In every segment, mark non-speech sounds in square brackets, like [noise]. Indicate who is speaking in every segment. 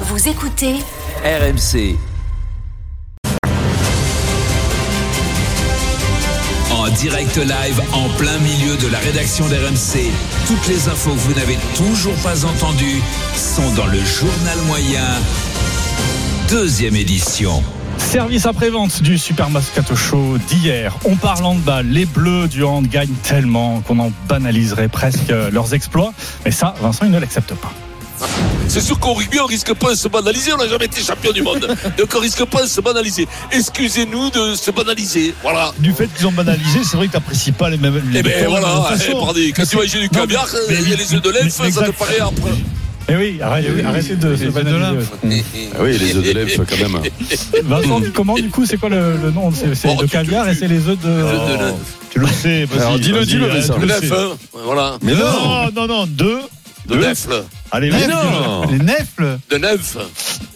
Speaker 1: Vous écoutez
Speaker 2: RMC. En direct live, en plein milieu de la rédaction d'RMC, toutes les infos que vous n'avez toujours pas entendues sont dans le journal moyen, deuxième édition.
Speaker 3: Service après-vente du Super Mascato Show d'hier. On parle handball. Les Bleus du hand gagnent tellement qu'on en banaliserait presque leurs exploits. Mais ça, Vincent, il ne l'accepte pas.
Speaker 4: C'est sûr qu'au rugby, on risque pas de se banaliser. On n'a jamais été champion du monde. Donc on risque pas de se banaliser. Excusez-nous de se banaliser. Voilà.
Speaker 5: Du fait qu'ils ont banalisé, c'est vrai que t'apprécies pas les mêmes. Les
Speaker 4: Eh ben
Speaker 5: méthodes de la
Speaker 4: voilà.
Speaker 5: même
Speaker 4: Eh,
Speaker 5: façon.
Speaker 4: pardon, quand tu
Speaker 5: Mais
Speaker 4: vas manger du
Speaker 5: c'est-
Speaker 4: caviar,
Speaker 5: mais-
Speaker 4: il y a les œufs de
Speaker 5: mais-
Speaker 4: l'elfe,
Speaker 5: mais
Speaker 4: ça te
Speaker 5: exact.
Speaker 4: paraît après.
Speaker 3: Eh oui, arrêtez, arrêtez de se banaliser.
Speaker 4: Eh,
Speaker 6: Ah oui, les œufs de l'Elfe quand même. hein.
Speaker 3: Vincent, comment du coup, c'est quoi le, le nom C'est c'est
Speaker 4: Oh,
Speaker 3: le
Speaker 4: tu- tu-
Speaker 3: caviar et
Speaker 4: tu-
Speaker 3: c'est les œufs de.
Speaker 4: de l'elfe.
Speaker 5: Tu le sais, vas-y.
Speaker 6: Alors, dis-le,
Speaker 5: vas-y,
Speaker 6: dis-le,
Speaker 5: arrête,
Speaker 6: Vincent.
Speaker 5: tu
Speaker 4: De
Speaker 5: le
Speaker 4: l'elfe,
Speaker 5: sais.
Speaker 4: hein. Voilà.
Speaker 6: Mais non
Speaker 3: Oh,
Speaker 5: Non, non, non, deux.
Speaker 4: De l'elfe.
Speaker 5: Allez,
Speaker 6: Mais
Speaker 5: vas-y,
Speaker 6: non.
Speaker 5: dis-le. Les nefles
Speaker 4: De l'elfe.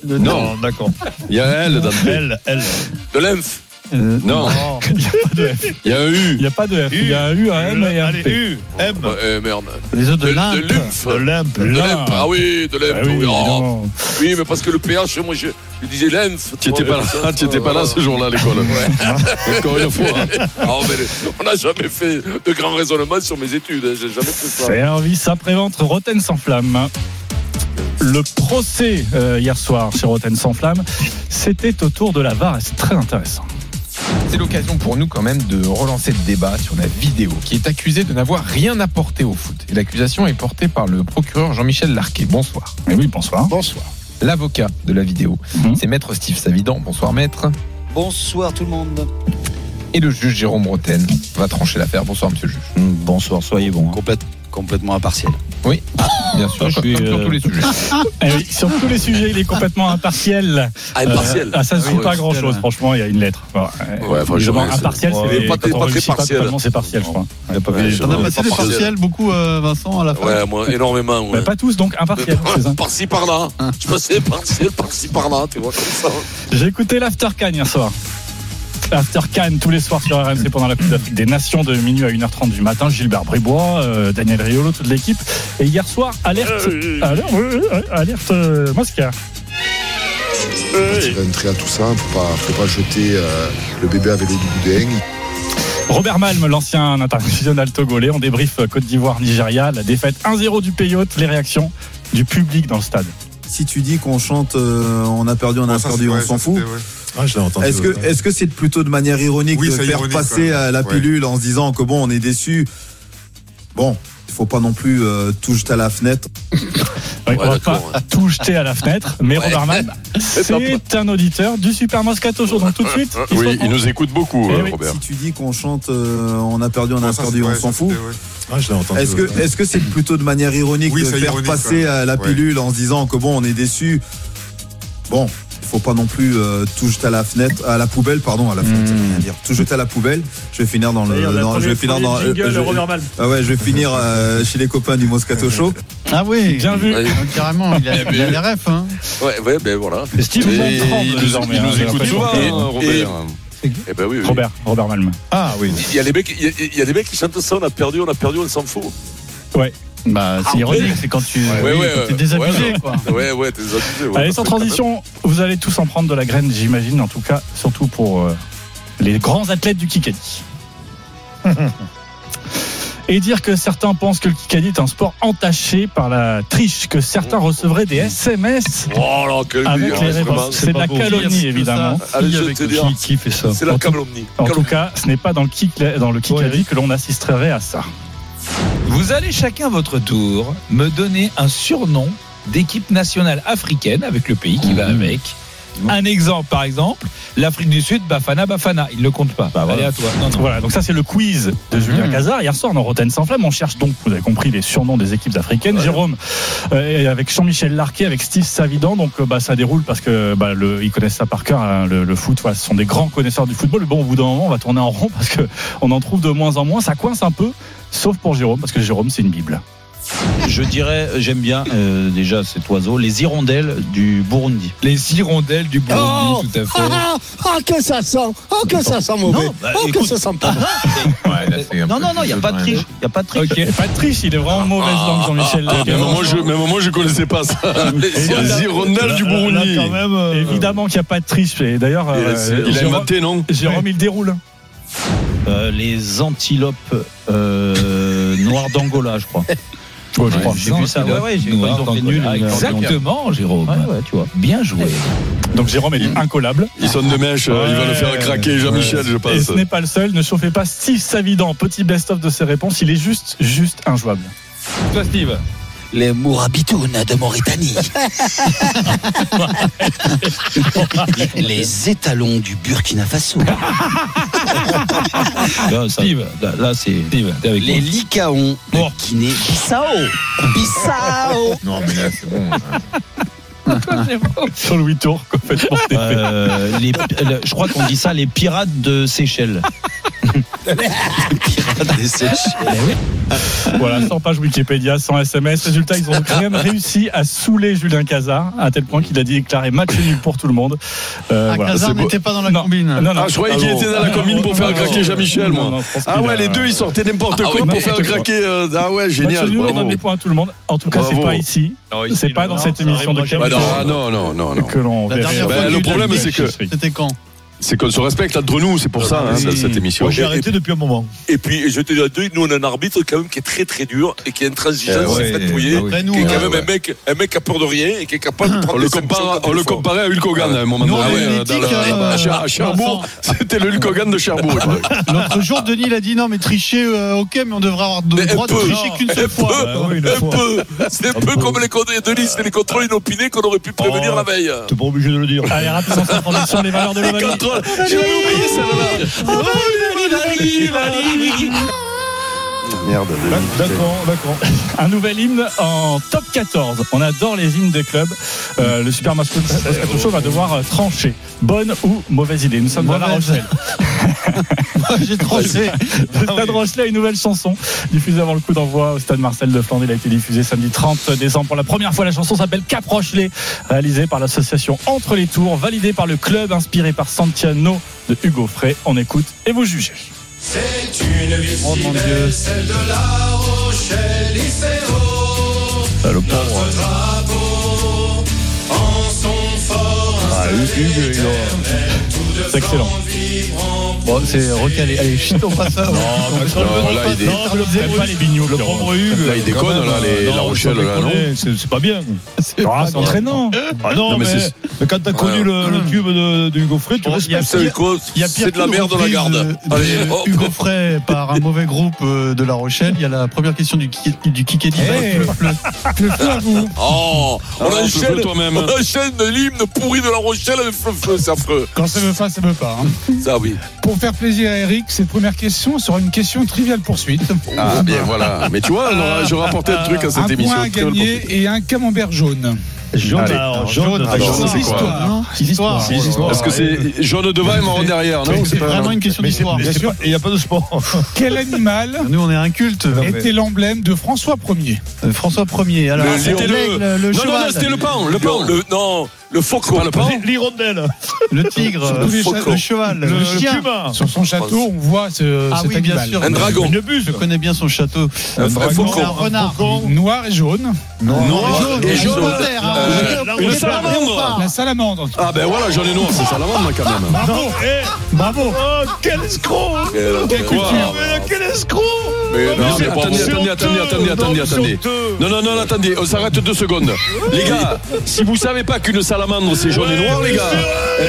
Speaker 6: Non,
Speaker 5: Oh, d'accord.
Speaker 6: Il y a L dans
Speaker 5: Elle, elle.
Speaker 4: De l'elfe.
Speaker 6: Non,
Speaker 3: [laughs] Il n'y a pas de F. Il n'y a pas de
Speaker 6: il y a un U.
Speaker 3: F. Il y a un U, un M et un
Speaker 5: Allez,
Speaker 3: P.
Speaker 5: U, M.
Speaker 4: Ouais, eh, merde.
Speaker 5: Les autres
Speaker 4: De de l'elfe.
Speaker 5: De l'imp.
Speaker 4: De
Speaker 3: Là.
Speaker 4: l'elfe. Ah oui, de
Speaker 3: Ah
Speaker 4: l'elfe.
Speaker 3: oui,
Speaker 4: oui. Oh,
Speaker 3: évidemment.
Speaker 4: oui, mais parce que le PH, moi, je, je disais l'elfe.
Speaker 6: Tu n'étais pas
Speaker 4: hein.
Speaker 6: là, tu étais pas là ce jour-là à l'école. Encore
Speaker 4: [laughs]
Speaker 6: une fois.
Speaker 4: Ah, mais le- on n'a jamais fait de grands raisonnements sur mes études. hein. J'ai jamais fait ça.
Speaker 3: Service après-vente, Roten sans flamme. Le procès euh, hier soir chez Roten sans flamme, c'était au tour de la VAR et c'est très intéressant.
Speaker 7: C'est l'occasion pour nous quand même de relancer le débat sur la vidéo qui est accusée de n'avoir rien apporté au foot. Et l'accusation est portée par le procureur Jean-Michel Larquet. Bonsoir.
Speaker 3: Mais oui, bonsoir.
Speaker 5: Bonsoir.
Speaker 7: L'avocat de la vidéo,
Speaker 3: Mhm.
Speaker 7: c'est maître Steve Savidan. Bonsoir maître.
Speaker 8: Bonsoir tout le monde.
Speaker 7: Et le juge Jérôme Roten va trancher l'affaire. Bonsoir monsieur le juge.
Speaker 8: Bonsoir, soyez bon. complètement impartiel.
Speaker 7: Bien sûr,
Speaker 3: je
Speaker 7: comme-
Speaker 3: suis,
Speaker 7: comme sur
Speaker 3: euh,
Speaker 7: tous les sujets.
Speaker 3: Eh oui, sur tous les sujets, il est complètement impartiel.
Speaker 4: Ah,
Speaker 3: Euh,
Speaker 4: [laughs] impartiel.
Speaker 3: ah, ça ne
Speaker 4: Ah
Speaker 3: suit
Speaker 4: ouais.
Speaker 3: pas grand-chose, franchement, il y a une lettre. Voilà.
Speaker 4: Ouais, franchement,
Speaker 3: Évidemment,
Speaker 4: c'est-
Speaker 3: impartiel,
Speaker 4: ouais,
Speaker 3: c'est
Speaker 4: pas très-
Speaker 3: quand on
Speaker 4: pas très
Speaker 3: réussit pas
Speaker 4: partiel.
Speaker 3: totalement, c'est partiel, je crois.
Speaker 6: Ouais,
Speaker 5: T'en
Speaker 6: Non,
Speaker 5: as passé
Speaker 4: pas
Speaker 5: des
Speaker 4: partiel.
Speaker 5: partiels, beaucoup, euh, Vincent, à la fin
Speaker 4: Ouais, moi, énormément. ouais.
Speaker 3: Bah, pas tous, donc
Speaker 4: [laughs]
Speaker 3: impartiel. c'est ça.
Speaker 4: Par-ci par-là.
Speaker 5: Hein.
Speaker 4: Je passais partiel, par-ci par-là, tu vois, comme ça.
Speaker 3: J'ai écouté l'After Can hier soir. After Can tous les soirs sur RMC pendant la Coupe d'Afrique des Nations de minuit à 1h30 du matin. Gilbert Bribois, euh, Daniel Riolo, toute l'équipe. Et hier soir, alerte.
Speaker 4: Euh, euh,
Speaker 3: Alerte, euh, euh, alerte euh, Mosca.
Speaker 4: euh,
Speaker 9: rentrer à tout ça, faut pas, faut pas jeter euh, le bébé avec l'eau du boudin.
Speaker 3: Robert Malm, l'ancien international togolais. On débrief euh, Côte d'Ivoire-Nigeria. La défaite 1-0 du Payote. Les réactions du public dans le stade.
Speaker 10: si tu dis qu'on chante euh, on a perdu, on a perdu, on s'en fout.
Speaker 5: Ah, je l'ai entendu.
Speaker 10: Est-ce que est-ce que c'est plutôt de manière ironique
Speaker 9: Oui,
Speaker 10: de
Speaker 9: c'est
Speaker 10: faire
Speaker 9: ironique,
Speaker 10: passer
Speaker 9: ouais.
Speaker 10: à la
Speaker 9: Ouais.
Speaker 10: pilule en se disant que bon on est déçu. Bon, il faut pas non plus euh, tout jeter à la fenêtre.
Speaker 3: Ouais,
Speaker 4: Ouais,
Speaker 3: on va pas
Speaker 4: d'accord,
Speaker 3: tout jeter à la fenêtre. Mais
Speaker 4: Ouais.
Speaker 3: Robert Malm, c'est un auditeur du Super Moscato Show. Donc tout de suite, il
Speaker 6: Oui,
Speaker 3: faut-
Speaker 6: il nous écoute beaucoup,
Speaker 3: Eh
Speaker 6: euh,
Speaker 3: oui.
Speaker 6: Robert.
Speaker 10: Si tu dis qu'on chante euh, on a perdu, on a perdu, on s'en fout.
Speaker 5: Ah, je l'ai entendu.
Speaker 10: Est-ce que est-ce que c'est plutôt de manière ironique
Speaker 9: Oui,
Speaker 10: de
Speaker 9: c'est
Speaker 10: faire
Speaker 9: ironique,
Speaker 10: passer
Speaker 9: ouais.
Speaker 10: à la
Speaker 9: Ouais.
Speaker 10: pilule en se disant que bon on est déçu. Bon, il faut pas non plus euh, tout jeter à la fenêtre, à la poubelle, pardon, à la fenêtre, ça veut rien dire. Tout jeter à la poubelle. Je vais finir dans le, dans- je vais finir dans euh, je- Ah ouais, je vais finir euh, chez les copains du Moscato Show.
Speaker 5: Ah oui.
Speaker 3: bien vu.
Speaker 4: ouais,
Speaker 5: Ah, Carrément, il a, il a les refs, hein.
Speaker 4: ouais, ouais, ben voilà.
Speaker 3: Steve
Speaker 6: Et
Speaker 3: Montrand,
Speaker 6: il nous,
Speaker 3: désormais,
Speaker 6: il
Speaker 3: hein,
Speaker 6: nous
Speaker 3: j'ai
Speaker 6: écoute
Speaker 3: l'impression.
Speaker 6: souvent,
Speaker 4: Et-
Speaker 6: hein, Robert.
Speaker 4: Eh ben oui, oui.
Speaker 3: Robert, Robert Malm.
Speaker 5: Ah oui.
Speaker 4: Il y, a les mecs, il, y a, il y a des mecs qui chantent ça, on a perdu, on a perdu, on s'en fout.
Speaker 5: Bah, c'est ironique, c'est quand tu.
Speaker 4: Ah,
Speaker 3: Ah
Speaker 4: Ouais, ouais,
Speaker 5: quand
Speaker 4: ouais.
Speaker 5: T'es désabusé, quoi.
Speaker 4: Ouais, ouais, t'es abusé. ouais.
Speaker 3: Allez, sans transition, vous allez tous en prendre de la graine, j'imagine, en tout cas, surtout pour euh, les grands athlètes du
Speaker 4: [laughs]
Speaker 3: Kikadi. Et dire que certains pensent que le Kikadi est un sport entaché par la triche, que certains recevraient des SMS
Speaker 4: Oh là, quel
Speaker 3: avec
Speaker 4: meilleur,
Speaker 3: les
Speaker 4: vraiment.
Speaker 3: réponses. C'est de la
Speaker 5: pas beau. Qui a
Speaker 3: calomnie,
Speaker 5: fait
Speaker 3: évidemment.
Speaker 5: ça
Speaker 4: Allez,
Speaker 5: Qui
Speaker 4: je
Speaker 5: avec
Speaker 4: te
Speaker 5: le
Speaker 4: dire.
Speaker 5: qui- Qui fait ça
Speaker 4: C'est la calomnie.
Speaker 3: En tout
Speaker 4: Calomnie.
Speaker 3: cas, ce n'est pas dans le kick, dans le Kikadi que l'on assisterait à ça.
Speaker 11: Vous allez chacun votre tour me donner un surnom d'équipe nationale africaine avec le pays qui va
Speaker 12: Mmh.
Speaker 11: avec. Un exemple, par exemple, l'Afrique du Sud, Bafana, Bafana. Il ne le compte pas.
Speaker 12: Bah
Speaker 11: Allez, à toi. Non, non.
Speaker 3: Voilà, donc ça c'est le quiz de Julien
Speaker 7: Mhm.
Speaker 3: Cazard. Hier soir, dans Rotten sans flamme, on cherche donc, vous avez compris, les surnoms des équipes africaines. Jérôme, euh, et avec Jean-Michel Larquet, avec Steve Savidan, donc euh, bah, ça déroule parce que bah, le, ils connaissent ça par cœur, hein, le, le foot. Voilà, ce sont des grands connaisseurs du football. Bon, au bout d'un moment, on va tourner en rond parce que on en trouve de moins en moins. Ça coince un peu, sauf pour Jérôme, parce que Jérôme, c'est une bible.
Speaker 1: Je dirais, j'aime bien euh, déjà cet oiseau, les hirondelles du Burundi.
Speaker 7: Les hirondelles du Burundi,
Speaker 12: Oh,
Speaker 7: tout à fait.
Speaker 12: ah, ah, ah, que ça sent Oh, que ça sent mauvais
Speaker 1: Non, bah,
Speaker 12: Oh, que
Speaker 1: écoute.
Speaker 12: ça sent
Speaker 11: [laughs]
Speaker 12: pas bon
Speaker 1: Non, non, non, il n'y a pas de triche. Il n'y a pas de triche.
Speaker 3: Ok, pas de triche, il est vraiment mauvaise langue, Jean-Michel.
Speaker 6: Ah, mais moi, je, mais moi, je connaissais pas ça.
Speaker 4: [laughs]
Speaker 6: Les hirondelles du Burundi.
Speaker 3: Là, quand même, euh, évidemment qu'il n'y a pas de triche. Et d'ailleurs,
Speaker 6: Il a-
Speaker 3: euh,
Speaker 6: il a
Speaker 3: Jérôme-
Speaker 6: maté, non
Speaker 3: Jérôme, il déroule.
Speaker 1: Euh, les antilopes euh, noires d'Angola, je crois.
Speaker 3: je crois.
Speaker 1: J'ai vu ça. Ouais, ouais, j'ai vu quand ils ont fait nul.
Speaker 11: Ah,
Speaker 1: ils ont-
Speaker 11: Exactement, Jérôme.
Speaker 1: Ouais, ouais, tu vois. Bien joué.
Speaker 3: Donc Jérôme est incollable.
Speaker 6: Ils sont de mèche, euh, il va le faire craquer, Jean-Michel, je pense.
Speaker 3: Et ce n'est pas le seul. Ne chauffez pas Steve Savidan. Petit best-of de ses réponses. Il est juste, juste injouable.
Speaker 11: Toi, Steve.
Speaker 8: Les Mourabitounes de
Speaker 2: [laughs]
Speaker 8: Mauritanie. les étalons du Burkina Faso.
Speaker 2: [laughs]
Speaker 11: Ah,
Speaker 1: Là, ça- là, là, c'est. t'es avec
Speaker 8: Les
Speaker 1: moi.
Speaker 8: Licaons de Guinée-Bissau. [laughs] Bissau.
Speaker 7: Non, mais là, c'est
Speaker 11: [laughs]
Speaker 7: bon.
Speaker 3: Sur Louis Tour,
Speaker 6: [laughs]
Speaker 3: complètement
Speaker 1: Euh,
Speaker 7: [laughs]
Speaker 1: les- le- je crois qu'on dit ça, les pirates de Seychelles.
Speaker 3: Voilà, 100 pages Wikipédia, 100 SMS. Résultat, ils ont quand même réussi à saouler Julien Cazard, à tel point qu'il a déclaré match nul pour tout le monde. Euh,
Speaker 5: Ah,
Speaker 3: voilà.
Speaker 5: Cazard
Speaker 3: C'est beau.
Speaker 5: n'était pas dans la
Speaker 3: Non,
Speaker 5: combine.
Speaker 3: non, non.
Speaker 6: Ah, je croyais qu'il
Speaker 3: Ah bon.
Speaker 6: était dans la combine pour faire
Speaker 3: Non,
Speaker 6: craquer
Speaker 3: non, non,
Speaker 6: Jean-Michel, moi.
Speaker 3: non, je pense
Speaker 6: Ah
Speaker 3: qu'il a-
Speaker 6: ouais, les deux, ils sortaient n'importe
Speaker 3: Ah ouais,
Speaker 6: quoi pour faire
Speaker 3: n'importe quoi.
Speaker 6: craquer. euh, Ah ouais,
Speaker 3: Match
Speaker 6: génial.
Speaker 3: nul, on
Speaker 6: bravo.
Speaker 3: a des points à tout le monde. En tout cas, c'est
Speaker 6: Bravo.
Speaker 3: pas ici. C'est pas dans cette émission de
Speaker 6: Bah
Speaker 3: Camille
Speaker 6: non, ah non, non, non, non.
Speaker 3: que l'on
Speaker 5: La
Speaker 3: verrait.
Speaker 5: dernière
Speaker 11: Bah,
Speaker 6: Ben,
Speaker 5: fois qu'il y a
Speaker 6: le
Speaker 5: eu de la
Speaker 6: problème,
Speaker 5: Ligue,
Speaker 6: c'est que
Speaker 5: c'était quand
Speaker 6: c'est qu'on se respecte entre nous, c'est
Speaker 3: Ah
Speaker 6: pour
Speaker 3: bah
Speaker 6: ça, hein, dans cette émission.
Speaker 4: Moi, j'ai arrêté
Speaker 5: depuis un moment.
Speaker 4: Et puis, je te dis à deux, nous, on a un arbitre quand même qui est très très dur et qui est intransigeant,
Speaker 6: Eh ouais,
Speaker 4: c'est fatouillé,
Speaker 6: bah oui.
Speaker 5: Après, nous, euh,
Speaker 4: qui est
Speaker 5: on-
Speaker 4: quand même un mec, un mec qui a peur de rien et qui est capable de
Speaker 6: On
Speaker 4: prendre
Speaker 6: le,
Speaker 4: des sanctions
Speaker 6: compare,
Speaker 4: quand
Speaker 6: on
Speaker 4: il
Speaker 6: le
Speaker 4: faut.
Speaker 6: comparait à Hulk Hogan à un moment
Speaker 5: Nous,
Speaker 6: donné. Ah
Speaker 5: on est
Speaker 6: Ouais,
Speaker 5: une
Speaker 6: dans
Speaker 5: éthique,
Speaker 6: la- à Cher-
Speaker 5: euh,
Speaker 6: à Cherbourg, c'était le Hulk Hogan de Cherbourg. je crois.
Speaker 5: L'autre jour, Denis il a dit non, mais tricher, euh, ok, mais on devrait avoir le
Speaker 4: Mais un
Speaker 5: droit de
Speaker 4: peu.
Speaker 5: tricher qu'une seule fois.
Speaker 4: peu,
Speaker 5: Bah oui, une
Speaker 4: un
Speaker 5: fois.
Speaker 4: peu. C'est un peu comme les contrôles de liste et les contrôles inopinés qu'on aurait pu
Speaker 5: Oh.
Speaker 4: prévenir la veille.
Speaker 1: T'es pas obligé de le dire.
Speaker 3: Allez, rapide, on s'en prend sur les
Speaker 1: [laughs]
Speaker 3: valeurs de
Speaker 4: Les
Speaker 3: l'Ovalie.
Speaker 4: contrôles, j'avais oublié celle-là.
Speaker 9: Merde. le-
Speaker 5: Bah,
Speaker 3: D'accord, d'accord. Un nouvel hymne en top 14. On adore les hymnes des clubs. Euh, le Super Moscato Moscato Show va devoir euh, trancher. Bonne ou mauvaise idée. Nous sommes dans la
Speaker 5: Mauvaise. [laughs]
Speaker 3: Rochelle.
Speaker 5: J'ai
Speaker 3: [laughs]
Speaker 5: tranché. Ah
Speaker 3: Le Stade Rochelet a une nouvelle chanson diffusée avant le coup d'envoi au Stade Marcel de Flandre. Elle a été diffusée samedi 30 décembre pour la première fois. La chanson s'appelle Cap Rochelet, réalisée par l'association Entre les Tours, validée par le club, inspirée par Santiano de Hugo Frey. On écoute et vous jugez.
Speaker 5: Oh mon dieu.
Speaker 1: Ah, le pauvre. Ah, Hugues, il a-
Speaker 3: C'est excellent.
Speaker 5: Bon, c'est recalé. Allez, chut, on
Speaker 11: hein.
Speaker 5: passe à. Non,
Speaker 6: Non, là, il est-
Speaker 3: J'aime pas les bignous, Pierrot.
Speaker 6: là, il déconne, là, les- La Rochelle, là, non
Speaker 1: C'est c'est pas bien.
Speaker 3: Ah, c'est entraînant.
Speaker 1: Ah non,
Speaker 6: Non, mais
Speaker 1: mais,
Speaker 6: c'est-
Speaker 1: mais quand t'as connu
Speaker 6: Ouais.
Speaker 1: le, le tube de, de Hugo Frey, tu
Speaker 5: Bon,
Speaker 1: respectes.
Speaker 5: il y a
Speaker 4: C'est une cause,
Speaker 5: Il y a pire
Speaker 4: c'est de la
Speaker 5: qu'une
Speaker 4: merde dans la
Speaker 5: reprise
Speaker 4: garde.
Speaker 5: de- euh, de
Speaker 4: Allez, oh. hop.
Speaker 5: Hugo Frey par un mauvais groupe euh, de La Rochelle. Il y a la première question du, Kiki- du Kikedi. Le, le- le feu à vous.
Speaker 4: Oh,
Speaker 6: Ah,
Speaker 4: on
Speaker 6: on se
Speaker 4: enchaîne,
Speaker 6: fait toi-même.
Speaker 4: on enchaîne l'hymne pourri de la Rochelle avec le feu, c'est affreux.
Speaker 5: Quand ça veut pas, ça veut pas. hein.
Speaker 4: Ça, oui.
Speaker 11: Pour faire plaisir à Eric, cette première question sera une question triviale poursuite.
Speaker 6: Ah, bien voilà. Mais tu vois, on aura- je rapportais le truc à cette
Speaker 11: un
Speaker 6: émission.
Speaker 11: point à gagner et un camembert jaune.
Speaker 1: Eh, Jaune,
Speaker 6: Allez.
Speaker 1: alors, jaune,
Speaker 6: alors,
Speaker 1: jaune,
Speaker 6: c'est quoi
Speaker 1: histoire.
Speaker 5: Histoire.
Speaker 1: C'est l'histoire.
Speaker 6: Est-ce que c'est jaune devant et marron derrière Non,
Speaker 5: C'est
Speaker 6: c'est pas.
Speaker 5: vraiment une question
Speaker 1: Mais c'est-
Speaker 5: d'histoire.
Speaker 1: bien sûr, et il n'y a pas de sport.
Speaker 11: Quel animal
Speaker 5: Nous, on est un culte.
Speaker 11: était l'emblème de François Ier
Speaker 5: Euh, François 1er. Alors,
Speaker 6: Le lion.
Speaker 5: c'était l'aigle, le
Speaker 6: Non, non, non,
Speaker 5: cheval,
Speaker 6: c'était le pan, le pan.
Speaker 4: Non, le, non, le faucon.
Speaker 6: Pas le pan
Speaker 1: L'hirondelle.
Speaker 5: le tigre,
Speaker 11: Surtout
Speaker 5: euh,
Speaker 11: les
Speaker 5: le,
Speaker 11: chats-
Speaker 5: cheval, le,
Speaker 11: le- le
Speaker 5: chien.
Speaker 11: Sur son château, on voit ce,
Speaker 5: Ah
Speaker 11: cet
Speaker 5: oui, bien
Speaker 11: animal.
Speaker 5: sûr.
Speaker 4: Un dragon.
Speaker 5: Une buse. Je connais bien son château.
Speaker 4: Un
Speaker 5: C'est
Speaker 4: dragon.
Speaker 5: un renard.
Speaker 11: Noir et jaune.
Speaker 6: Noir et jaune. Euh, Une salamandre.
Speaker 11: La salamandre.
Speaker 6: Ah ben voilà, j'en ai noir, c'est salamandre quand même.
Speaker 5: Bravo.
Speaker 4: Quel- quel-
Speaker 6: Quoi Mais non, mais bon, attendez, attendez, attendez, attendez, attendez. Non, non, non, attendez, on s'arrête deux secondes. Les gars, si vous savez pas qu'une salamandre c'est jaune et noir, les gars, eh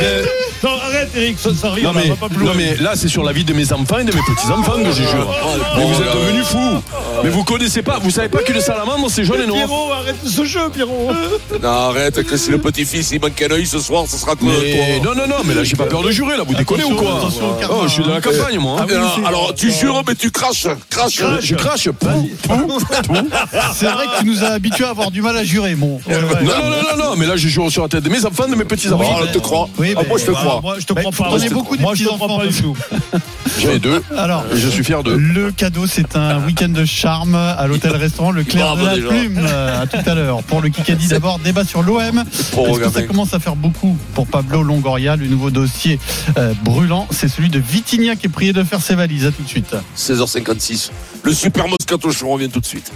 Speaker 6: ben,
Speaker 1: Non, arrête, Eric, ça, ça arrive.
Speaker 6: non, mais, non mais là c'est sur la vie de mes enfants et de mes petits-enfants que je jure.
Speaker 4: Oh,
Speaker 6: Mais vous êtes devenus fous. Mais vous connaissez pas, vous savez pas qu'une salamandre c'est jaune et noir.
Speaker 1: Pierrot, arrête ce jeu, Pierrot.
Speaker 4: Non, arrête, que si le petit-fils, il manque un œil ce soir, ce sera que
Speaker 6: Mais-
Speaker 4: toi.
Speaker 6: non, non, non, mais là, j'ai pas peur de jurer, là, vous déconnez ou quoi
Speaker 4: Attention au karma,
Speaker 6: Oh, je suis dans la campagne, moi. hein.
Speaker 4: Ah, alors, alors, tu jures, mais tu craches, craches.
Speaker 6: Je- Je crache, pou,
Speaker 4: [laughs]
Speaker 6: pou, pou.
Speaker 3: C'est vrai que tu nous as habitués à avoir du mal à jurer, mon.
Speaker 6: Non, non, non, non, non, mais là, je jure sur la tête de mes enfants, de mes petits-enfants.
Speaker 3: Oui,
Speaker 4: Oh,
Speaker 6: Ah,
Speaker 3: mais-
Speaker 6: te crois.
Speaker 3: oui,
Speaker 6: Ah,
Speaker 3: mais- bah,
Speaker 6: moi, je te
Speaker 3: voilà,
Speaker 6: crois.
Speaker 3: moi, je te
Speaker 6: Mais-
Speaker 3: crois pas.
Speaker 6: Moi, je
Speaker 3: On est
Speaker 6: te-
Speaker 3: beaucoup de
Speaker 6: moi, je te
Speaker 3: petits-enfants,
Speaker 6: crois pas
Speaker 3: pas
Speaker 6: du
Speaker 3: du
Speaker 6: tout. J'en ai deux.
Speaker 3: Alors,
Speaker 6: Et je suis fier d'eux.
Speaker 3: Le cadeau, c'est un week-end de charme à l'hôtel-restaurant Le Clair de
Speaker 6: Bravo,
Speaker 3: la
Speaker 6: Ah. bah, déjà.
Speaker 3: Plume. Euh, À tout à l'heure. Pour le Kikadi, d'abord, débat sur l'OM.
Speaker 6: Pour
Speaker 3: Parce que
Speaker 6: regarder.
Speaker 3: ça commence à faire beaucoup pour Pablo Longoria. Le nouveau dossier euh, brûlant, c'est celui de Vitinha qui est prié de faire ses valises. À tout de suite.
Speaker 4: 16h56. Le super Moscato Show, on revient tout de suite.